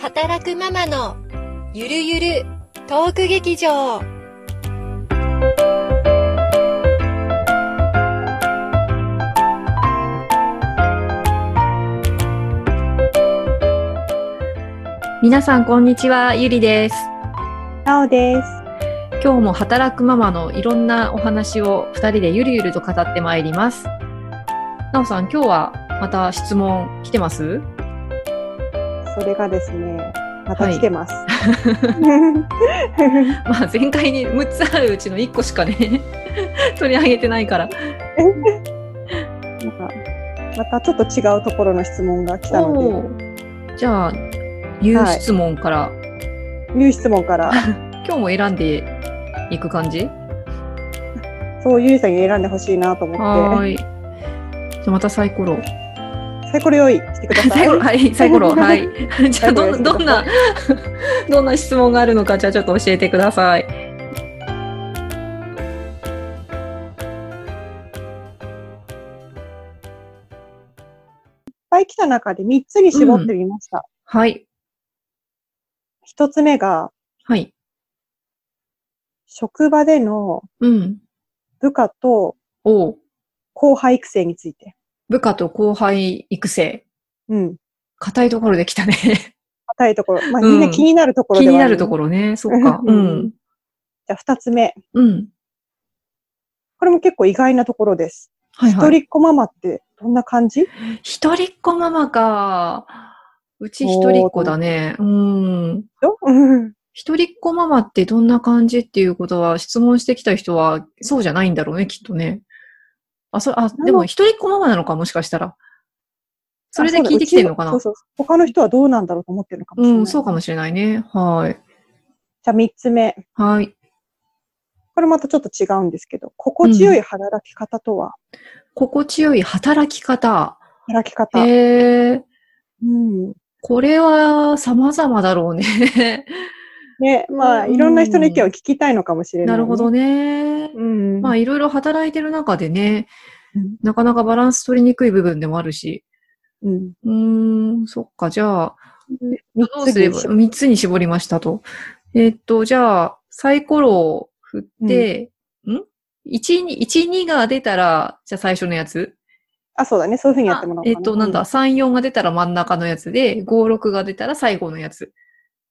働くママのゆるゆるトーク劇場皆さんこんにちはゆりですなおです。今日も働くママのいろんなお話を二人でゆるゆると語ってまいりますなおさん今日はまた質問来てます それがですね、また来てます。まあ前回に6つあるうちの1個しかね 取り上げてないから なんかまたちょっと違うところの質問が来たおのーじゃあゆう質問から、で、いう質問から、今日も選んでいく感じそう、ゆりさんに選んでほしいなとは思っーいじゃあまたサイコロて、サイコロ用意してく だサさイいコ。ロはいサイコロはい じゃあどんどんなはどんな質問があるのかじゃあちょっと教えてくださいいっぱい来た中で3つに絞ってみました。はい。 1つ目が、はい。職場でのうん。部下とおう後輩育成について。部下と後輩育成。うん。硬いところできたね。硬いところ。まあ、うんみんな気になるところ気でにはあなる、るところね。そっか。ううんん。じゃあ、2つ目。うん。これも結構意外なところです。はい一はい。人っ子ママってどんな感じ一人っ子ママか。うち一人っ子だね。うん。ようん一人っ子ママってどんな感じっていうことは、質問してきた人はそうじゃないんだろうね、きっとね。あ、それ、あ、でも一人っ子ママなのか、もしかしたら。それで聞いてきてるのかあそなうだうちそうそう他の人はどうなんだろうと思ってるのかもしうれない。ん、そうかもしれないね。はい。じゃあ三つ目。はい。これまたちょっと違うんですけど、心地よい働き方とは、心地よい働き方。働き方。へえ、うん。これは様々だろう ね。ね、まあ、うんいろんな人の意見を聞きたいのかもしれない、なるほど。ね。うん。まあいろいろ働いてる中でねうん、なかなかバランス取りにくい部分でもあるし。うん。うーん、そっか、じゃあ、三どうつすれにば、し3つに絞りましたと。えーっと、じゃあ、サイコロを振って、ん ?1、2、1、2が出たら、じゃあ最初のやつ。あ、そうだね。そういうふうにやってもらおうかえーっと、なんだ、。3、4が出たら真ん中のやつで、5、6が出たら最後のやつ。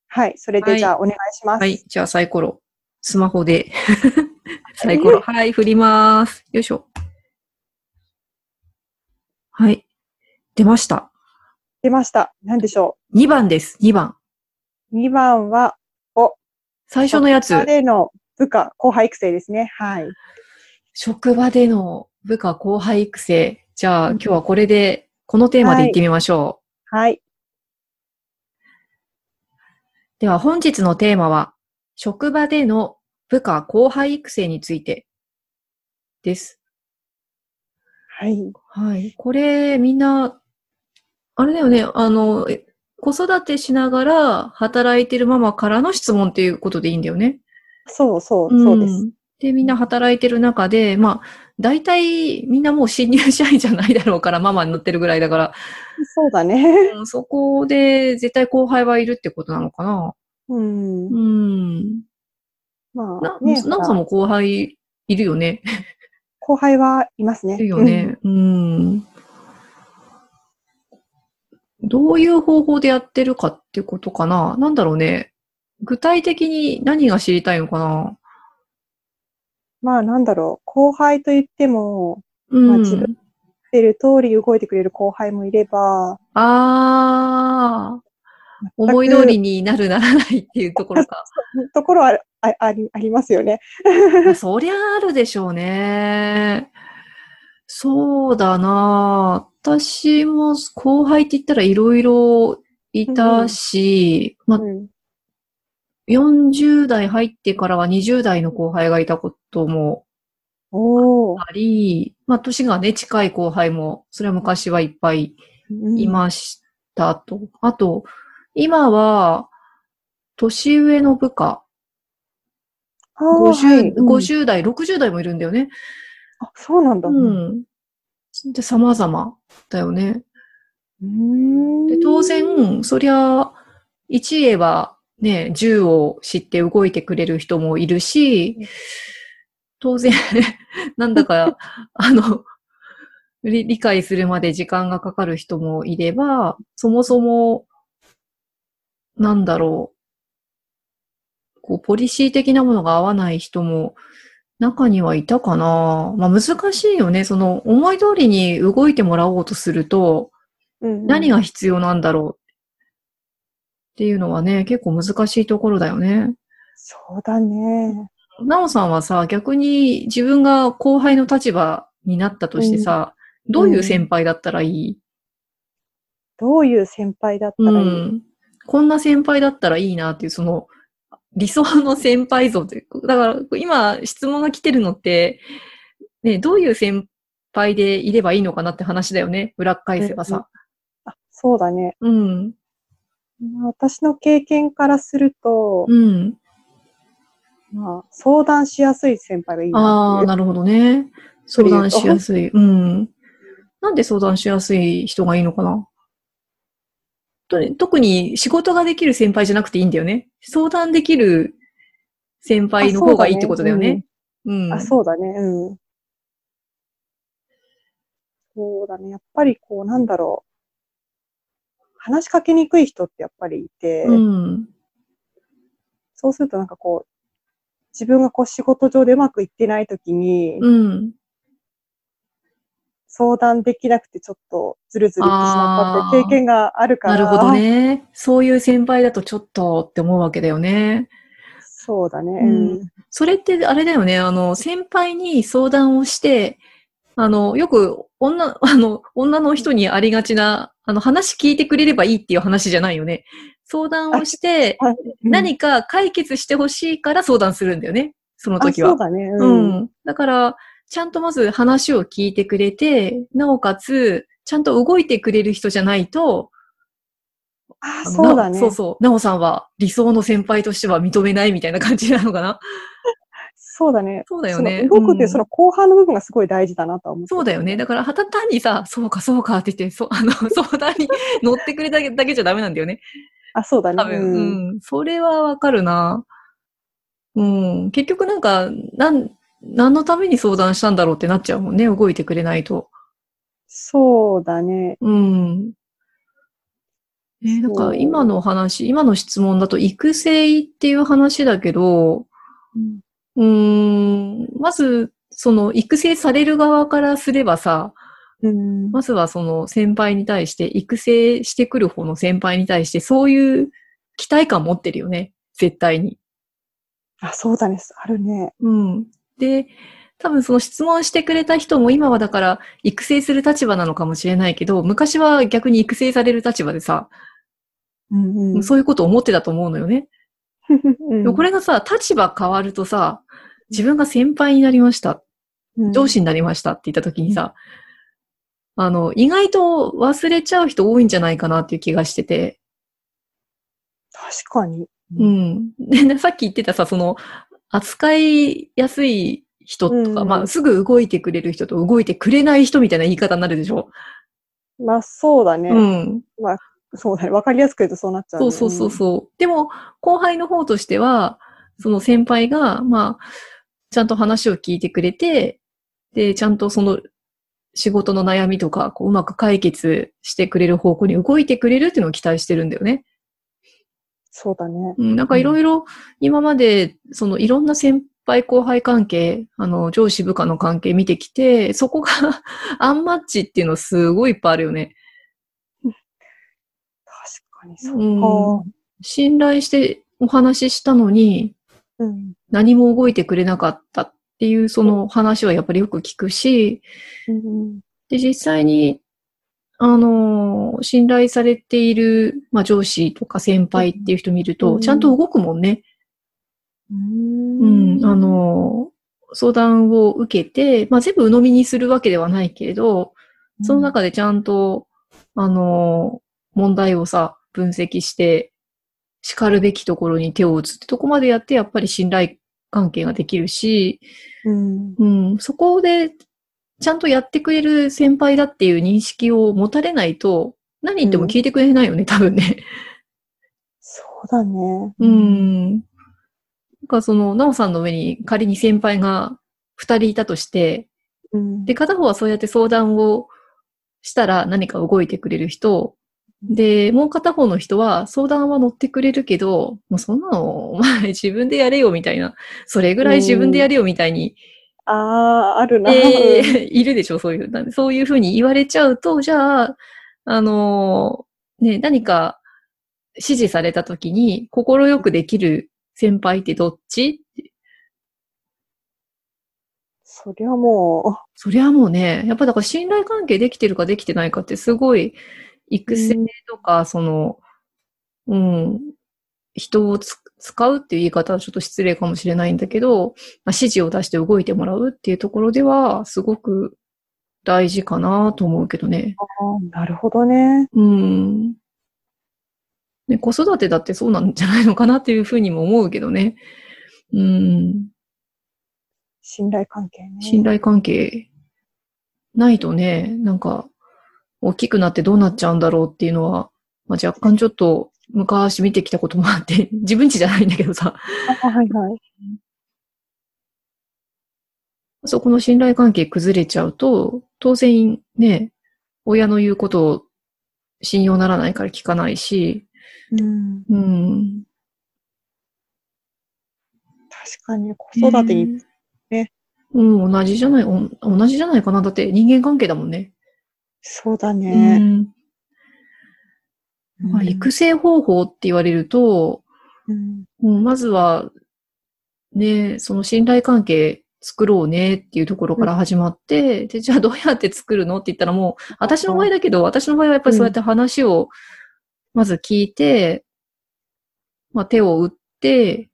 はい。それはいでじゃあお願いします。はい、じゃあサイコロ。スマホで。サイコロ。はい、振ります。よいしょ。はい。出ました。出ました。何でしょ2番です。2番。う。2番は、最初のやつ。他での部下、後輩育成ですね。はい。職場での部下後輩育成。じゃあ今日はこれで、このテーマでいってみましょう。はい。では本日のテーマは、職場での部下後輩育成についてです。はい。はい。これ、みんな、あれだよね、あの、え子育てしながら働いてるママからの質問っていうことでいいんだよね。そうそう、そうです。んで、みんな働いてる中で、まあ、大体みんなもう新入社員じゃないだろうから、ママに乗ってるぐらいだから、 そうだね。うんそこで絶対後輩はいるってことなのかな。うんう。ん。まなあ、ね、なおさんも後輩いるよね。後輩はいますね。いるよね。うん。どういう方法でやってるかってことかな。なんだろうね。具体的に何が知りたいのかな。うん。 まあ、なんだろう。後輩と言っても、うん。まあ自分出る通り動いてくれる後輩もいれば、あー。全く思い通りになるならないっていうところ か。ところはあるあありありますよね。まあそりゃあるでしょうね。そうだな私も後輩って言ったらいろいろいたし、まあうん。 40代入ってからは20代の後輩がいたこともおお。あり、まあ年がね、近い後輩も、それは昔はいっぱいいましたと。あと、今は、年上の部下、あーはい 50, うん50代、60代もいるんだよね。あ、そうなんだ。うん。で、様々だよね。うん。で、当然、そりゃ、一へはね、銃を知って動いてくれる人もいるし、当然、 なんだか、 あの、理理解するまで時間がかかる人もいれば、そもそも、なんだろう、こう、ポリシー的なものが合わない人も中にはいたかな。まあ難しいよね。その、思い通りに動いてもらおうとすると、うんうん何が必要なんだろうっていうのはね、結構難しいところだよね。そうだね。なおさんはさ、逆に自分が後輩の立場になったとしてさ、どういう先輩だったらいい、どういう先輩だったうらいんい、こんな先輩だったらいいなっていう、その、理想の先輩像って、だから今質問が来てるのって、ね、どういう先輩でいればいいのかなって話だよね、裏返せばさ。あそうだね。うん。まあ私の経験からすると、うん。まあ、相談しやすい先輩がいいあなあ、っていう。なるほどね。相談しやすい。うん。なんで相談しやすい人がいいのかなと特に仕事ができる先輩じゃなくていいんだよね。相談できる先輩の方がいいってことだよね。うん。あ、そうだね。うん。そうだね。やっぱりこう、なんだろう。話しかけにくい人ってやっぱりいて、うん。そうするとなんかこう、自分がこう仕事上でうまくいってないときに、うん。相談できなくてちょっとズルズルってしまったってあー経験があるから。なるほどね。そういう先輩だとちょっとって思うわけだよね。そうだね。うんそれってあれだよね。あの、先輩に相談をして、あの、よく女、 あの、女の人にありがちな、あの、話聞いてくれればいいっていう話じゃないよね。相談をして、あはい何か解決してほしいから相談するんだよね。そのあ、時そはう。だね。ううん。ん。だから、ちゃんとまず話を聞いてくれて、なおかつ、ちゃんと動いてくれる人じゃないと、あ、あのそうだなね。そうそう。なおさんは理想の先輩としては認めないみたいな感じなのかな。そうだね。そうだよねその動くっていううんその後半の部分がすごい大事だなとは思って。そうだよね。。だから、はた単にさ、そうかそうかって言って、そう、あの、 相談に乗ってくれただけだけじゃダメなんだよね。あ、そうだね。多分。うん。それはわかるな。うん。結局なんか、なん、何のために相談したんだろうってなっちゃうもんね。動いてくれないと。そうだね。うん。えー、なんそかう今の話、今の質問だと育成っていう話だけど、うんうーん、まず、その育成される側からすればさ、うん。まずはその先輩に対して、育成してくる方の先輩に対して、そういう期待感持ってるよね。絶対に。あ、そうだね。あるね。うん。で、多分その質問してくれた人も今はだから育成する立場なのかもしれないけど、昔は逆に育成される立場でさ、うんうん。そういうこと思ってたと思うのよね。 うでんもこれがさ、立場変わるとさ、自分が先輩になりました、うん上司になりましたって言った時にさ、あの、意外と忘れちゃう人多いんじゃないかなっていう気がしてて、確かに。うん。 で、ねさっき言ってたさ、その、扱いやすい人とか、うんまあ、すぐ動いてくれる人と動いてくれない人みたいな言い方になるでしょ。まあ、そうだね。うん。そうだね。わかりやすく言うとそうなっちゃう、そうね。そうそうそう。でも、後輩の方としては、その先輩が、まあ、ちゃんと話を聞いてくれて、で、ちゃんとその、仕事の悩みとか、こう、うまく解決してくれる方向に動いてくれるっていうのを期待してるんだよね。そうだね。うん、なんかいろいろ、今まで、そのいろんな先輩後輩関係、あの、上司部下の関係見てきて、そこが アンマッチっていうのすごいいっぱいあるよね。確かに、そううか。ん。信頼してお話ししたのに、うん。何も動いてくれなかったっていうその話はやっぱりよく聞くし、うんで、実際に、あの、信頼されている、まあ、上司とか先輩っていう人見るうと、んちゃんと動くもんね。うん。うん、あ、の、相談を受けて、まあ、全部鵜呑みにするわけではないけれど、その中でちゃんと、あの、問題をさ、分析して、叱るべきところに手を打つってとこまでやって、やっぱり信頼関係ができるし、うん。うん、そこで、ちゃんとやってくれる先輩だっていう認識を持たれないと、何言っても聞いてくれないよね、多分ね。そそうだね。うん。なんかその、なおさんの上に仮に先輩が二人いたとして、うん。で、片方はそうやって相談をしたら何か動いてくれる人、で、もう片方の人は相談は乗ってくれるけど、もうそんなの、お前自分でやれよみたいな、それぐらい自分でやれよみたいに、ああ、あるな。えー いるでしょ、そういう。なんでそういうふうに言われちゃうと、じゃあ、あのーね、何か指示されたときに、心よくできる先輩ってどっち そりゃもそりゃもうね、やっぱだから信頼関係できてるかできてないかってすごい、育成とか、その、うん、人をつ使うっていう言い方はちょっと失礼かもしれないんだけど、まあ、指示を出して動いてもらうっていうところでは、すごく大事かなと思うけどね。う、あーなるほどね。うん。ね、子育てだってそうなんじゃないのかなっていうふうにも思うけどね。うん。信頼関係ね。信頼関係ないとね、なんか、大きくなってどうなっちゃうんだろうっていうのは、まあ、若干ちょっと昔見てきたこともあって、 自分ちじゃないんだけどさ、あ はいはい。そこの信頼関係崩れちゃうと、当然ね、親の言うことを信用ならないから聞かないし、うん。うん。確かに子育てに、ね。うん、同じじゃない、おん同じじゃないかな。だって人間関係だもんね。そうだうね。んまあ、うん育成方法って言われると、うんうんまずは、ね、その信頼関係作ろうねっていうところから始まって、で、じゃあどうやって作るのって言ったらもう、私の場合だけど、私の場合はやっぱりそうやって話を、まず聞いて、まあ、手を打って、うん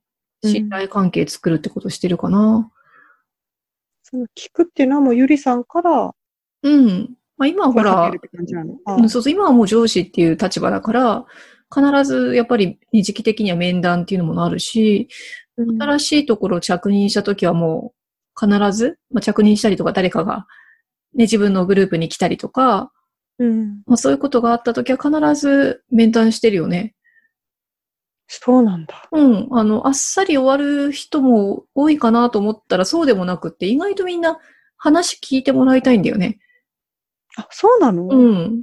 信頼関係作るってことしてるかな。その聞くっていうのはもうゆりさんからうん。まあ、今はほ声からける、って感じなの。あうんそうそう、今はもう上司っていう立場だから、必ずやっぱり、ね、時期的には面談っていうのもなるし、うん新しいところを着任したときはもう必ず、まあ、着任したりとか誰かが、ね、自分のグループに来たりとか、うん。まあ、そういうことがあったときは必ず面談してるよね。そうなんだ。うん。あの、あっさり終わる人も多いかなと思ったらそうでもなくって、意外とみんな話聞いてもらいたいんだよね。あ、そうなのうん。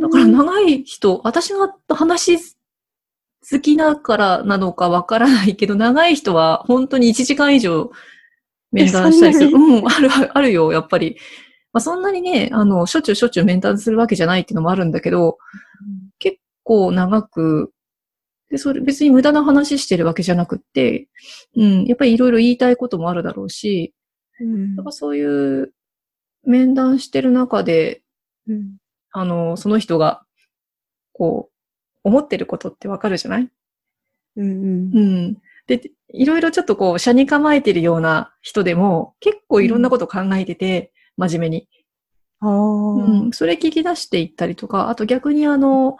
だからな、長い人、私が話好きだからなのかわからないけど、長い人は本当に1時間以上面談したりすえる。そうん、ある、あるよ、やっぱり。まあ、そんなにね、あの、しょっちゅうしょっちゅう面談するわけじゃないっていうのもあるんだけど、結構長く、で、それ別に無駄な話してるわけじゃなくって、うん、やっぱりいろいろ言いたいこともあるだろうし、うんやっぱそういう面談してる中で、うんあの、その人が、こう、思ってることってわかるじゃないうんう。ん。で、いろいろちょっとこう、車に構えてるような人でも、結構いろんなこと考えてて、真面目に。ああ。うん。それ聞き出していったりとか、あと逆にあの、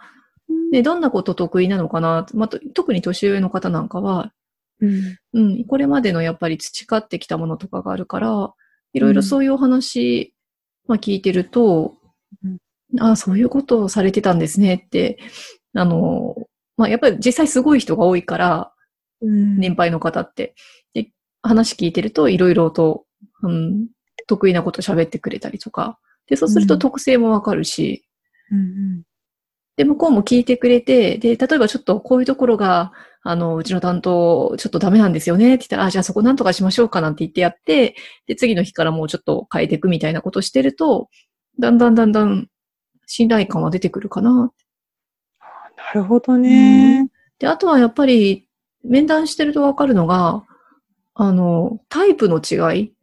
ね、どんなこと得意なのかな、まあ、と特に年上の方なんかは、うんうん、これまでのやっぱり培ってきたものとかがあるから、いろいろそういうお話、まあ聞いてると、うんああ、そういうことをされてたんですねって、あの、まあやっぱり実際すごい人が多いから、うん年配の方って。で、話聞いてるといろいろと、うん、得意なこと喋ってくれたりとか。で、そうするうとん特性もわかるし、うんで、向こうも聞いてくれて、で、例えばちょっとこういうところが、あの、うちの担当、ちょっとダメなんですよねって言ったら、あ、じゃあそこなんとかしましょうかなんて言ってやって、で、次の日からもうちょっと変えていくみたいなことしてると、だんだんだんだん信頼感は出てくるかな。なるほどね。で、あとはやっぱり、面談してるとわかるのが、あの、タイプの違い。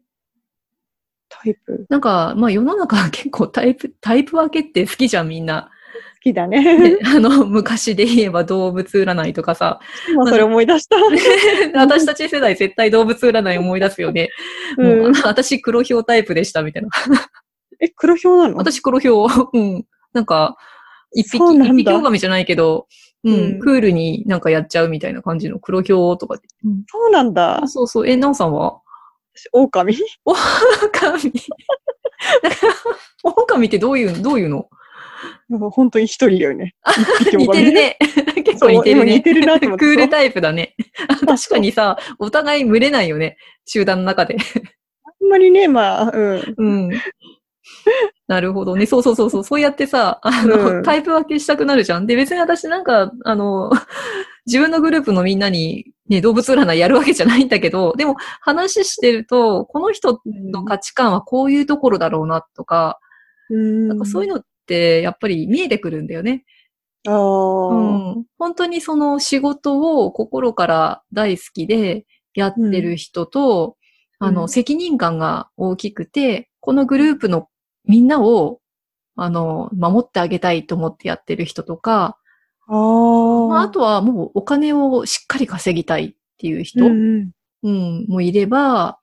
タイプ。なんか、まあ世の中は 結構タイプ、タイプ分けって好きじゃん、みんな。好きだね。で あの、昔で言えば動物占いとかさ、 今それ思い 出した。私たち世代絶対動物占い思い出すよね。もううん私黒豹タイプでしたみたいな。え、黒ひょうなの私黒豹、 うん。なんか、一匹、そうなんだ一匹狼じゃないけど、うん、うんクールになんかやっちゃうみたいな感じの黒豹とかで。うんそうなんだあ、。そうそう。え、なおさんは私狼。 狼。狼ってどういう、どういうのなんか本当に一人だよね。一匹似てる狼ね。 結構似てるそう今ね。似てるなと思ってクールタイプだ ね。確かにさ、お互い群れないよね。集団の中で。あんまりね、まあ、うん。うん。 なるほどね。そうそう そうそう。そうやってさ、あの、うんタイプ分けしたくなるじゃん。で、別に私なんか、あの、 自分のグループのみんなに、ね、動物占いやるわけじゃないんだけど、でも話してると、この人の価値観はこういうところだろうなとか、うん。なんかそういうのってやっぱり見えてくるんだよね。ああ、うん、本当にその仕事を心から大好きでやってる人と、うんあの、うん責任感が大きくて、このグループのみんなを、あの、守ってあげたいと思ってやってる人とか、あー。まあ、あとはもうお金をしっかり稼ぎたいっていう人、うんうんうん、もいれば、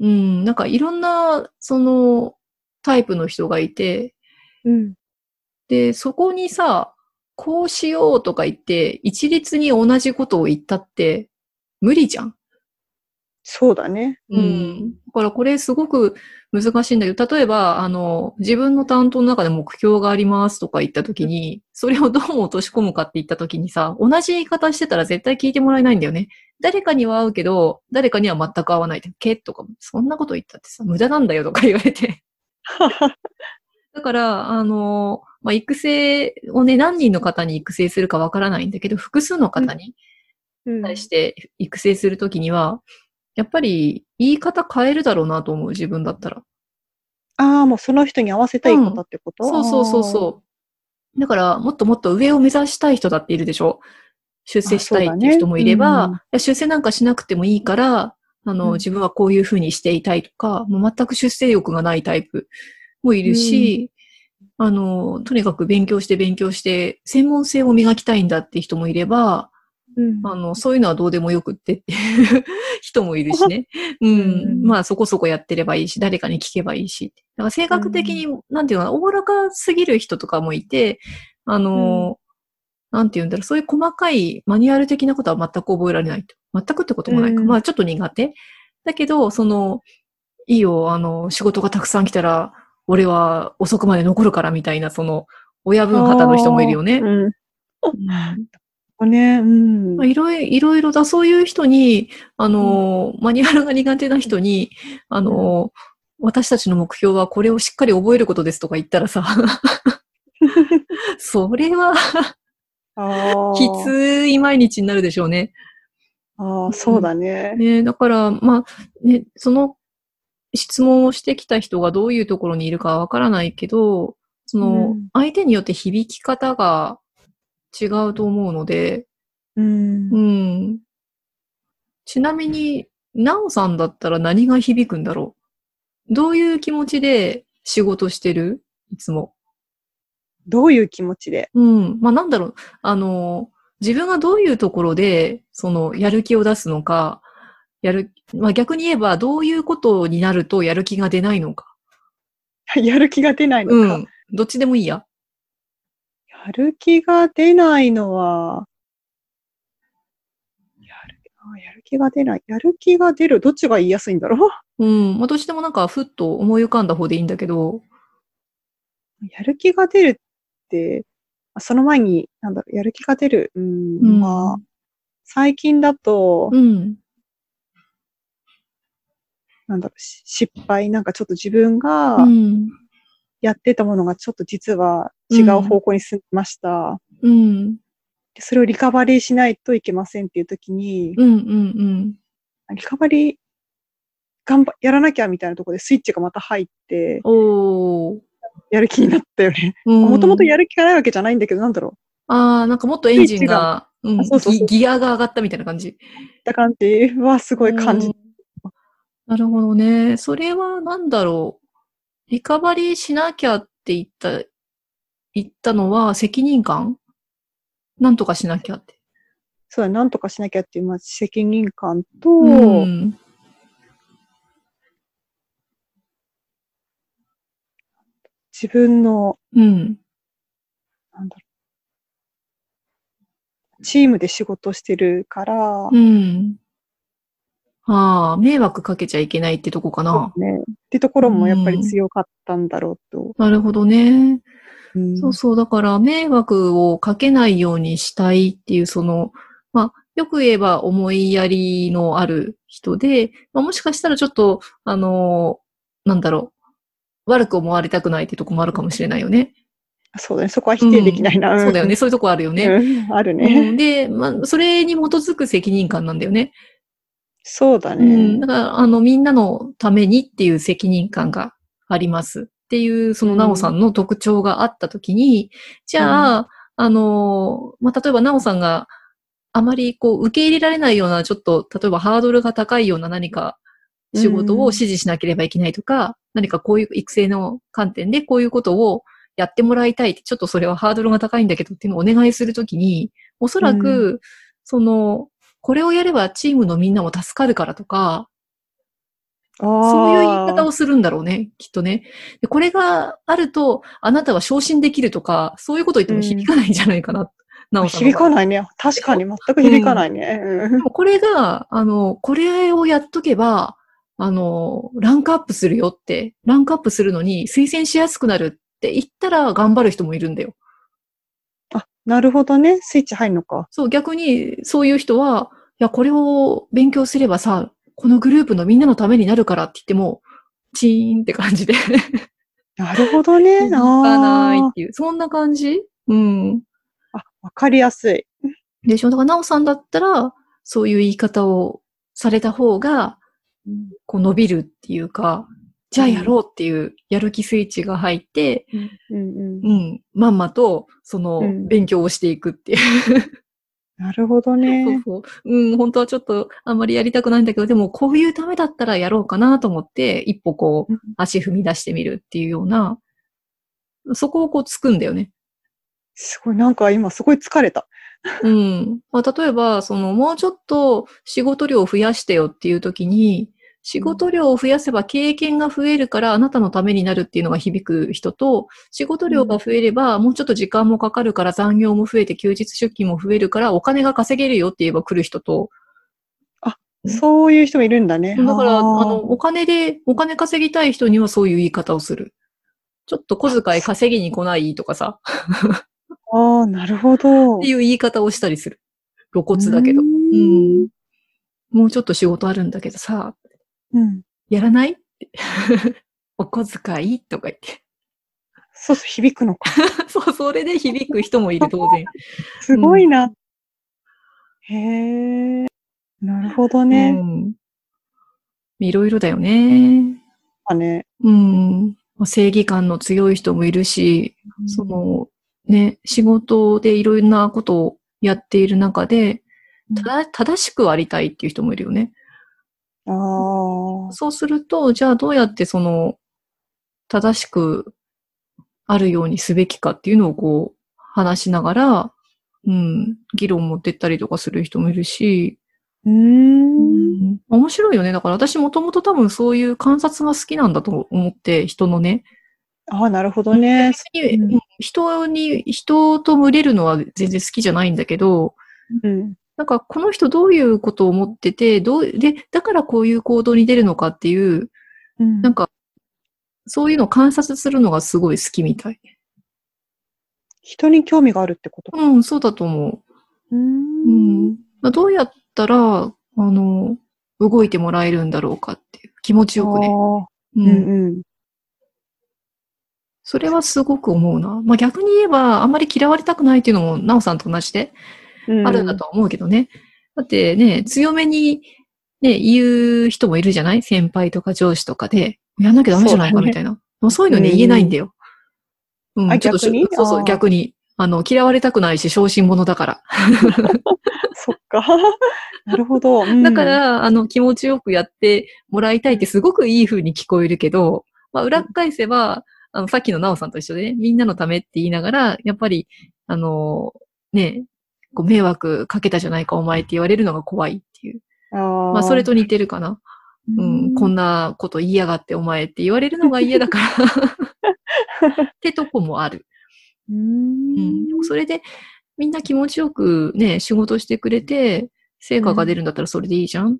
うん、なんかいろんな、その、タイプの人がいて、うん。で、そこにさ、こうしようとか言って、一律に同じことを言ったって、無理じゃん。そうだね。 うん。だからこれすごく難しいんだけど、例えば、あの、自分の担当の中で目標がありますとか言った時に、それをどう落とし込むかって言った時にさ、同じ言い方してたら絶対聞いてもらえないんだよね。誰かには合うけど、誰かには全く合わない。けとか、そんなこと言ったってさ、無駄なんだよとか言われて。だから、あの、まあ、育成をね、何人の方に育成するかわからないんだけど、複数の方にうん対して育成するときには、やっぱり言い方変えるだろうなと思う、自分だったら。ああ、もうその人に合わせたい方ってこと、そうそうそうそう。だから、もっともっと上を目指したい人だっているでしょ出世したいっていう人もいれあば、そうだねうんいや出世なんかしなくてもいいから、あの、うん自分はこういうふうにしていたいとか、もう全く出世欲がないタイプもいるし、あの、とにかく勉強して勉強して、専門性を磨きたいんだって人もいれば、う。うん、あの、そういうのはどうでもよくってっていう 人もいるし ね。う。うんんまあ、そこそこやってればいいし、誰かに聞けばいいし。だから性格的に、なんていうのかな、おおらかすぎる人とかもいて、あの、なんていうんだろう、そういう細かいマニュアル的なことは全く覚えられないと。全くってこともないか。うんまあ、ちょっと苦手。だけど、その、いいよ、あの、仕事がたくさん来たら、俺は遅くまで残るからみたいな、その、親分方の人もいるよね。うん。うんこれね、うん。まあ、いろいろ、いろいろだ、そういう人に、あのー、マニュアルが苦手な人に、あのー、私たちの目標はこれをしっかり覚えることですとか言ったら さ、それはああ。きつい毎日になるでしょうね。ああ、そうだね。ね、だから、まあ、ね、その質問をしてきた人がどういうところにいるかわからないけど、その、うん相手によって響き方が違うと思うので、うんう。ん。ちなみに、なおさんだったら何が響くんだろうどういう気持ちで仕事してるいつも。どういう気持ちで うん。まあ、なんだろう。あの、自分がどういうところで、その、やる気を出すのか、やる、まあ、逆に言えば、どういうことになるとやる気が出ないのか。やる気が出ないのうか。ん。どっちでもいいや。やる気が出ないのは、やるあやる気が出ない。やる気が出る。どっちが言いやすいんだろううん。まあ、どっちでもなんか、ふっと思い浮かんだ方でいいんだけど。 やる気が出るって、あその前に、なんだろう、やる気が出る。うん、うんまあ、最近だと、うん。なんだろう、し失敗。なんかちょっと自分がうん。やってたものがちょっと実は違う方向に進みました。うん。でそれをリカバリーしないといけませんっていう時に、うん。うん。うん。リカバリー、頑張、やらなきゃみたいなところでスイッチがまた入って、おー。やる気になったよね。ももともとやる気がないわけじゃないんだけど、なんだろああ、なんかもっとエンジンが、うんあそうそうそうギ、ギアが上がったみたいな感じ。う。だ感じはすごい感じうん。なるほどね。それはなんだろう。リカバリーしなきゃって言った、言ったのは責任感なんとかしなきゃって。そうだ、なんとかしなきゃっていう、まあ、責任感と、ん。自分の、うん。なんだろう。チームで仕事してるから、うん。ああ、迷惑かけちゃいけないってとこかな。ね、ってところもやっぱり強かったんだろうと。なるほどね。うんそうそう。だから、迷惑をかけないようにしたいっていう、その、まあ、よく言えば思いやりのある人で、まあ、もしかしたらちょっと、あのーなんだろう、悪く思われたくないってとこもあるかもしれないよね。そうだね。そこは否定できないな。そうだよね。そういうとこあるよね。ね。あるうね。んで、まあ、それに基づく責任感なんだよね。そうだうねん。。だから、あの、みんなのためにっていう責任感がありますっていう、そのなおさんの特徴があったときに、じゃあ、あの、まあ、例えばなおさんがあまりこう、受け入れられないような、ちょっと、例えばハードルが高いような何か仕事を指示しなければいけないとか、何かこういう育成の観点でこういうことをやってもらいたいって、ちょっとそれはハードルが高いんだけどっていうのをお願いするときに、おそらく、その、これをやればチームのみんなも助かるからとか、そういう言い方を。をするんだろうね、きっとね。でこれがあると、あなたは昇進できるとか、そういうこと言っても響かないんじゃないかな、なおさんの場合。響かないね。確かに全く響かないね。うんでもこれが、あの、これをやっとけば、あの、ランクアップするよって、ランクアップするのに推薦しやすくなるって言ったら頑張る人もいるんだよ。あ、なるほどね。スイッチ入るのか。そう、逆にそういう人は、いや、これを勉強すればさ、このグループのみんなのためになるからって言っても、チーンって感じで。なるほどね。響か ないっていう。そんな感じうん。あーあ、わかりやすい。でしょだから、なおさんだったら、そういう言い方をされた方が、こう伸びるっていうか、じゃあやろうっていうやる気スイッチが入って、うんうんうん、まんまと、そのう、ん勉強をしていくっていう。なるほどね。そうそううん、本当はちょっとあんまりやりたくないんだけど、でもこういうためだったらやろうかなと思って、一歩こううん、足踏み出してみるっていうような、そこをこうつくんだよね。すごい、なんか今すごい疲れた。うん。まあ、例えば、その、もうちょっと仕事量を増やしてよっていう時に、仕事量を増やせば経験が増えるからあなたのためになるっていうのが響く人と、仕事量が増えればもうちょっと時間もかかるから残業も増えて休日出勤も増えるからお金が稼げるよって言えば来る人と、うんそういう人もいるんだね。だから、あーの、お金で、お金稼ぎたい人にはそういう言い方をする。ちょっと小遣い稼ぎに来ないとかさ、ああ、なるほど。っていう言い方をしたりする。露骨だけどう。。うんん。もうちょっと仕事あるんだけどさ、うん。やらないって お小遣いとか言って。 そうそう、響くのか。そう、それで響く人もいる、当然。すごいな。へえ。なるほどね。うん。いろいろだよね。まあね。うん。正義感の強い人もいるし、その、ね、仕事でいろんなことをやっている中で、うんただ正しくありたいっていう人もいるよね。ああ。そうすると、じゃあどうやってその、正しくあるようにすべきかっていうのをこう、話しながら、うん、議論持ってったりとかする人もいるし、うー。うんん、面白いよね。だから私もともと多分そういう観察が好きなんだと思って、人のね。ああ、なるほどね。別にうん人に、人と群れるのは全然好きじゃないんだけど、うん。なんか、この人どういうことを思ってて、どう、で、だからこういう行動に出るのかっていう、うんなんか、そういうのを観察するのがすごい好きみたい。人に興味があるってことか。うん、そうだと思うう。うー。んん。まあどうやったら、あの、動いてもらえるんだろうかっていう気持ちよくね。ああう。うんんうん。それはすごく思うな。まあ、逆に言えば、あんまり嫌われたくないっていうのも、なおさんと同じで、うんあるんだとは思うけどね。だってね、強めに、ね、言う人もいるじゃない先輩とか上司とかで、やんなきゃダメじゃないそかうだねみたいな。でもそういうのね、言えないんだよ。うん、あちょっとし逆にそうそあう、ー逆に。あの、嫌われたくないし、昇進者だから。 そっか。 なるほど。うんだか、ら、あの、気持ちよくやってもらいたいってすごくいい風に聞こえるけど、まあ、裏返せば、あの、さっきのなおさんと一緒でね、みんなのためって言いながら、やっぱり、あの、ね、こう迷惑かけたじゃないか、お前って言われるのが怖いっていう。ままあ、それ、と似てるかな。うん、こんなこと言いやがってお前って言われるのが嫌だ から。ってとこもある。ううんん。でもそれで、みんな気持ちよくね、仕事してくれて、成果が出るんだったらそれでいいじゃん。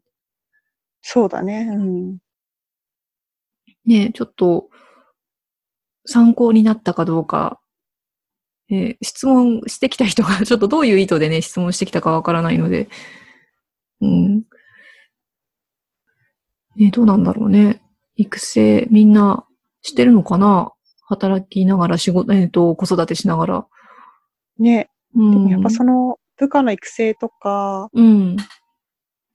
そうだね。うん。ね、ちょっと、参考になったかどうか、えー質問してきた人が 、ちょっとどういう意図でね、質問してきたかわからないので、うん。ね、どうなんだろうね。育成、みんなしてるのかな働きながら仕事、えっ、と、子育てしながら。ね、うでん。もやっぱその部下の育成とか、うん。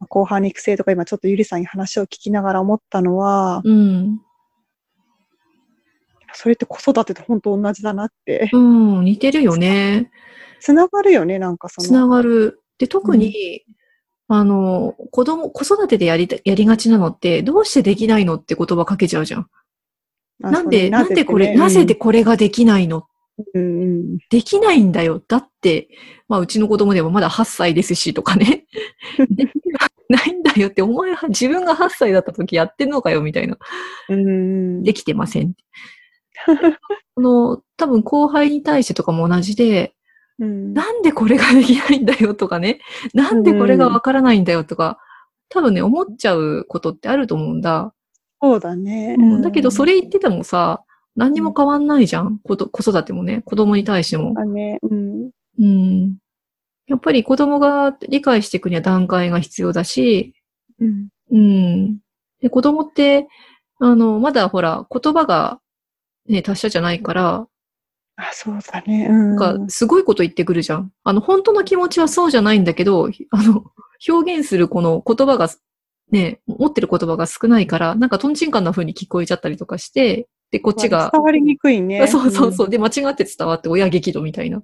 後半の育成とか今ちょっとゆりさんに話を聞きながら思ったのは、うん。それって子育てと本当同じだなって。 うん。似てるよね。つながるよね、なんかそつなの。がる。で、特に、あの、子供、子育てでやりた、やりがちなのって、どうしてできないのって言葉かけちゃうじゃん。あなんで、そうねなんでこれ、なぜで、これができないのうんうんできないんだよ。だって、まあ、うちの子供でもまだ8歳ですし、とか ね。できないんだよって、お前は自分が8歳だった時やってんのかよ、みたいな。うんうん。できてませ ん。あの、多分後輩に対してとかも同じで、うん、なんでこれができないんだよとかね、なんでこれがわからないんだよとか、多分ね、思っちゃうことってあると思うんだ。そうだね。だけど、それ言っててもさ、何にも変わんないじゃん。こと子育てもね、子供に対しても。だね。うん。うん。やっぱり子供が理解していくには段階が必要だし、うん。うん。で、子供って、あの、まだほら、言葉が、ね、達者じゃないから、あ、そうだね。うん。なんか、すごいこと言ってくるじゃん。あの、本当の気持ちはそうじゃないんだけど、 あの、表現するこの言葉が、ね、持ってる言葉が少ないから、なんかトンチンカンな風に聞こえちゃったりとかして、で、こっちが、伝わりにくい ね。そうそうそう、で、間違って伝わって親激怒みた いな。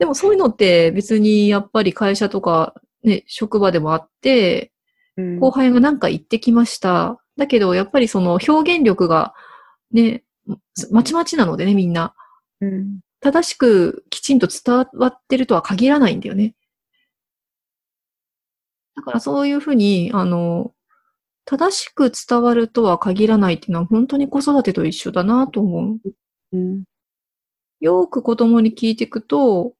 でもそういうのって別にやっぱり会社とか、ね、職場でもあって、うん。後輩がなんか言ってきました。だけど、やっぱりその表現力が、ね、まちまちなのでね、みんな。うん。正しくきちんと伝わってるとは限らないんだよね。だからそういうふうに、あの、正しく伝わるとは限らないっていうのは本当に子育てと一緒だなと思う。うん。よーく子供に聞いていくと、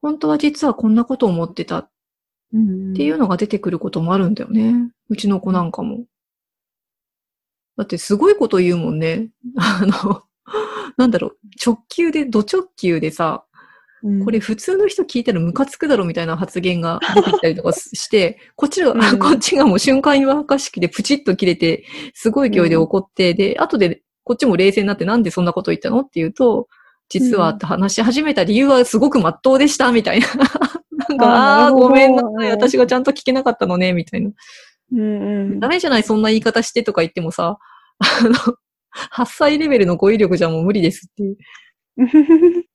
本当は実はこんなことを思ってたっうん。ていうのが出てくることもあるんだよね。うちの子なんかも。だってすごいこと言うもんね。あの、なんだろう、直球で、ド直球でさ、うんこれ、普通の人聞いたらムカつくだろみたいな発言が出てきたりとかす して、こっちが、うんこっちがもう瞬間違和感式でプチッと切れて、すごい勢いで怒って、で、後でこっちも冷静になってなんでそんなこと言ったのって言うと、実はうんって話し始めた理由はすごく真っ当でしたみたい な。なんか、ああー、あーなるほどごめんなうんさい。私がちゃんと聞けなかったのね、みたいな。うんうんダ。メじゃない、そんな言い方してとか言ってもさ、あの、8歳レベルの語彙力じゃもう無理ですっていう。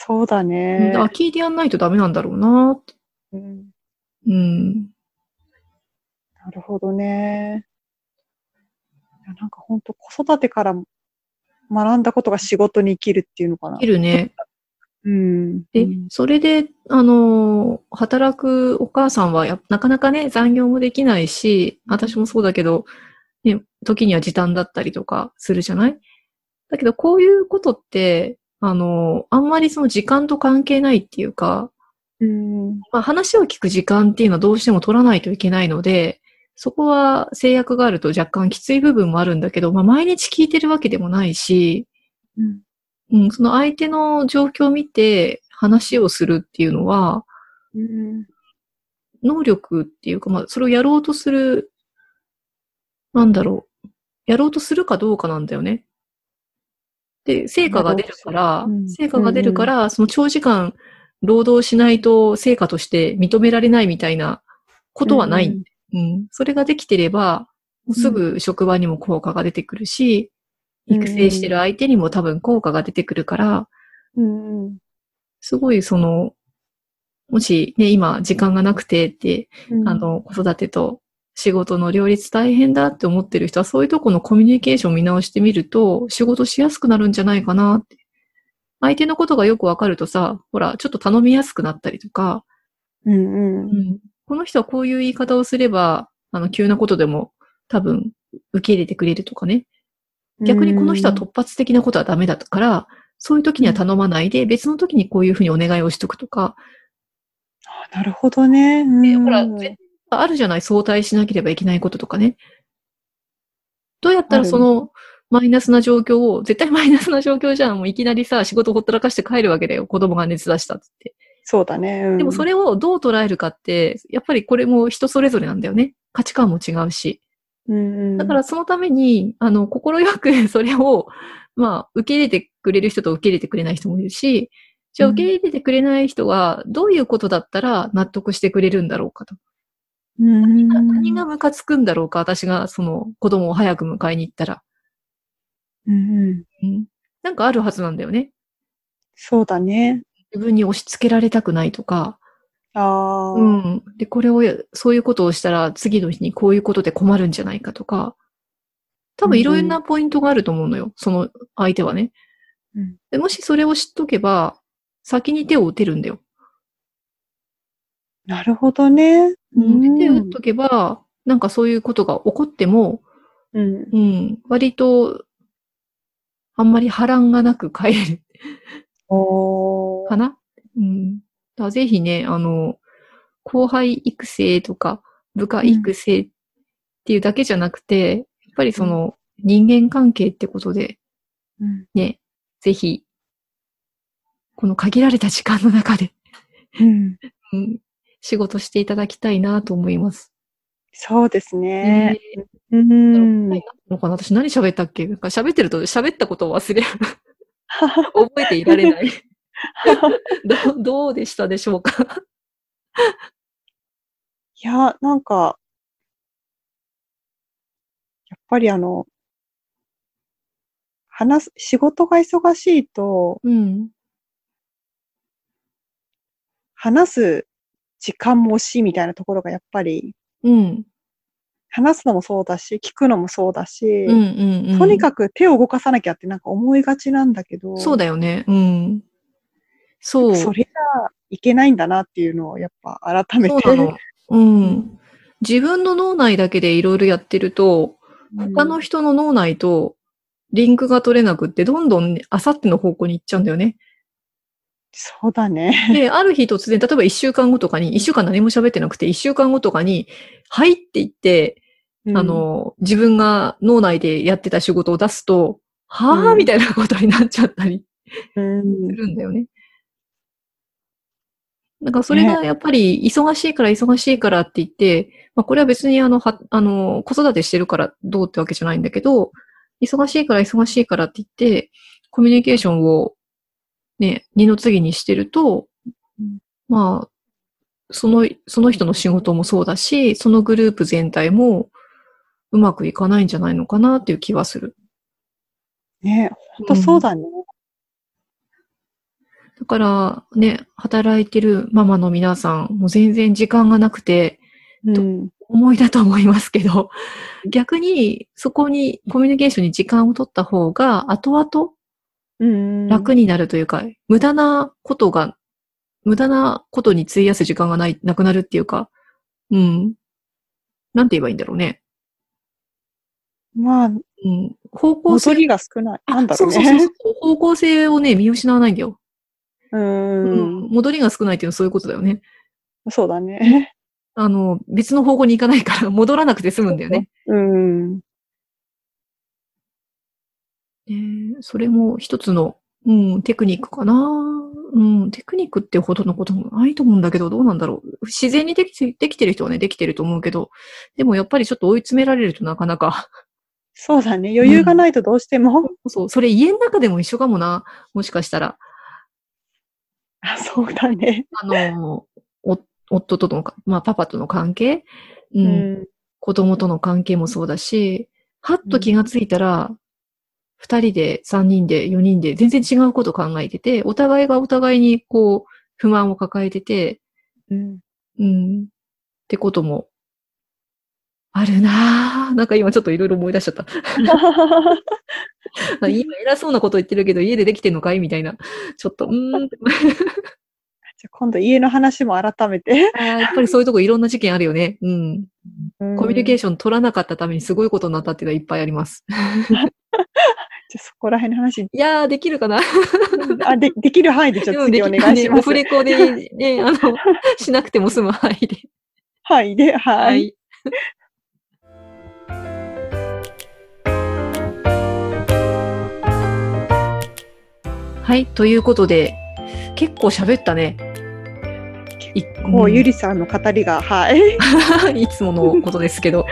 そうだね。あ聞いてやんないとダメなんだろうなって。うんうん。なるほどね。いやなんか本当子育てから学んだことが仕事に生きるっていうのかな。いるね。うん。でうん、それで、あのー、働くお母さんはや、なかなかね、残業もできないし、私もそうだけど、ね、時には時短だったりとかするじゃないだけど、こういうことって、あのー、あんまりその時間と関係ないっていうか、うん。まあ、話を聞く時間っていうのはどうしても取らないといけないので、そこは制約があると若干きつい部分もあるんだけど、まあ、毎日聞いてるわけでもないし、うんうん、その相手の状況を見て話をするっていうのは、うん。能力っていうか、まあ、それをやろうとする、なんだろう。やろうとするかどうかなんだよね。で、成果が出るから、うん成果が出るから、その長時間労働しないと成果として認められないみたいなことはない。うんうん。それができてれば、もうすぐ職場にも効果が出てくるし、うん育成してる相手にも多分効果が出てくるから、うんうん。すごいその、もしね、今時間がなくてって、うんあ、の、子育てと仕事の両立大変だって思ってる人は、そういうとこのコミュニケーションを見直してみると、仕事しやすくなるんじゃないかなって。相手のことがよくわかるとさ、ほら、ちょっと頼みやすくなったりとか、うんうん。この人はこういう言い方をすれば、あの、急なことでも多分受け入れてくれるとかね。逆にこの人は突発的なことはダメだから、そういう時には頼まないで、別の時にこういうふうにお願いをしとくとか、あなるほどね。でうんほら、絶対あるじゃない、相対しなければいけないこととかね。どうやったらその、マイナスな状況を、絶対マイナスな状況じゃん。もういきなりさ、仕事ほったらかして帰るわけだよ。子供が熱出したっつって。そうだね。うんでもそれをどう捉えるかって、やっぱりこれも人それぞれなんだよね。価値観も違うし。うんうんだからそのために、あの、心よく それを、まあ、受け入れてくれる人と受け入れてくれない人もいるし、じゃあうん受け入れてくれない人は、どういうことだったら納得してくれるんだろうかと。うんうんうん何がムカつくんだろうか、私がその子供を早く迎えに行ったら。うんうんうん。なんかあるはずなんだよね。そうだね。自分に押し付けられたくないとか。ああ、うん。で、これをや、そういうことをしたら次の日にこういうことで困るんじゃないかとか。多分いろいろなポイントがあると思うのよ。その相手はね。うんでもしそれを知っとけば、先に手を打てるんだよ。なるほどね。で手を打っとけば、なんかそういうことが起こっても、うん、うん。割と、あんまり波乱がなく帰れる。おーかなうん。だからぜひね、あの、後輩育成とか部下育成っていうだけじゃなくて、やっぱりその人間関係ってことで、うんね、ぜひ、この限られた時間の中で、うんうん、仕事していただきたいなと思います。そうですね。えうん。ーのかな私何喋ったっけなんか喋ってると喋ったことを忘 れる。覚えていられない。 どうどうでしたでしょうかいや、なんか、やっぱりあの、話す、仕事が忙しいと、うん。話す時間も惜しいみたいなところがやっぱり、うん。話すのもそうだし、聞くのもそうだし、うんうんうん。とにかく手を動かさなきゃってなんか思いがちなんだけど、そうだよね。うん。そう。それじゃいけないんだなっていうのをやっぱ改めてそう。なの。うん。自分の脳内だけでいろいろやってると、うん他の人の脳内とリンクが取れなくって、どんどんねあさっての方向に行っちゃうんだよ ね。そうだね。で、ある日突然、例えば一週間後とかに、一週間何も喋ってなくて、一週間後とかに、はいって言って、あの、自分が脳内でやってた仕事を出すと、はぁ、うんみたいなことになっちゃったりうん、するんだよね。なんかそれがやっぱり忙しいから忙しいからって言って、まあこれは別にあの、は、あの、子育てしてるからどうってわけじゃないんだけど、忙しいから忙しいからって言って、コミュニケーションをね、二の次にしてるとうん、まあ、その、その人の仕事もそうだし、そのグループ全体もうまくいかないんじゃないのかなっていう気はする。ね、本当そうだね。だからね、働いてるママの皆さん、もう全然時間がなくて、うん。思いだと思いますけど、逆にそこにコミュニケーションに時間を取った方が、後々うん。楽に。になるというか、無駄なことが、無駄なことに費やす時間がない、なくなるっていうか、うん。なんて言えばいいんだろうね。まあ、うん。方向性。戻りが少ない。なんだろうあそうそうそねう。そう。方向性をね、見失わないんだよ。 う。うんん。戻りが少ないっていうのはそういうことだよね。そうだね。あの、別の方向に行かないから 戻らなくて済むんだよね。うん。えーそれも一つの、うん、テクニックかな。うん、テクニックってほどのこともないと思うんだけど、どうなんだろう。自然にできてできてる人はね、できてると思うけど、でもやっぱりちょっと追い詰められるとなかなか、 そうだね。余裕がないとどうしても。そう、それ家の中でも一緒かもな。もしかしたら、 あそうだね。あの、お夫とのか、まあパパとの関係、う、うんん。子供との関係もそうだし、はっと気がついたら、二人で、三人で、四人で、全然違うこと考えてて、お互いがお互いにこう、不満を抱えてて、うん。 うん、ってことも、あるなぁ。なんか今ちょっといろいろ思い出しちゃ った。今偉そうなこと言ってるけど、家でできてんのかいみたいな。ちょっと、うーん。じゃあ今度家の話も改めて。あーやっぱりそういうとこいろんな事件あるよね。うん。コミュニケーシション取らなかったためにすごいことになったっていうのはいっぱいあります。ョン。じゃあそこら辺 の話。いやー、できるかなあ、で、できる範囲でちょっとうん次お願いしまオすフ。レコで、ね、あの、しなくても済む範囲で。 はい。で、はい。。はい、ということで、結構喋ったね。いもうゆ、んりさんの語り が、はい。いつものことですけど。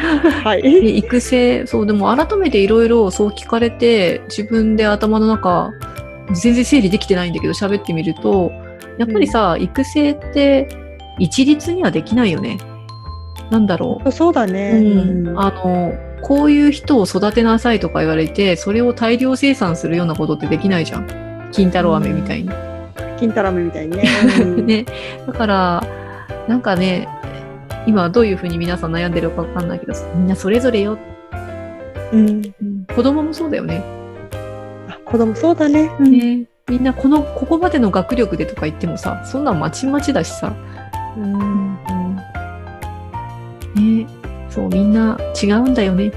はい。で育成、そう、でも改めていろいろそう聞かれて、自分で頭の中、全然整理できてないんだけど、喋ってみると、やっぱりさ、育成って一律にはできないよね。なんだろう。そうだね。うんあの、こういう人を育てなさいとか言われて、それを大量生産するようなことってできないじゃん。金太郎飴みたいに。金太郎飴みたいにね。う んね、だから、なんかね、今どういうふうに皆さん悩んでるかわかんないけど、みんなそれぞれよ。うん子供もそうだよね。あ子供そうだね。うんねみんなこの、ここまでの学力でとか言ってもさ、そんなんまちまちだしさ。うんねそう、みんな違うんだよね。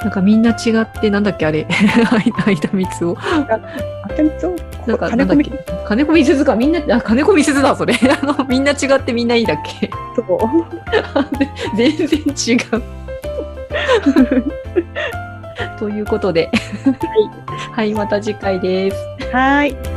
なんかみんな違って、なんだっけあれ。 相田光夫。あてみつをなんか、な金ん込だっみけ金子みすずか、みんな、あ、金子みすずだ、それ。 あの、みんな違ってみんないいだっけ そう全然違う。ということで。はい。はい、また次回です。 はい。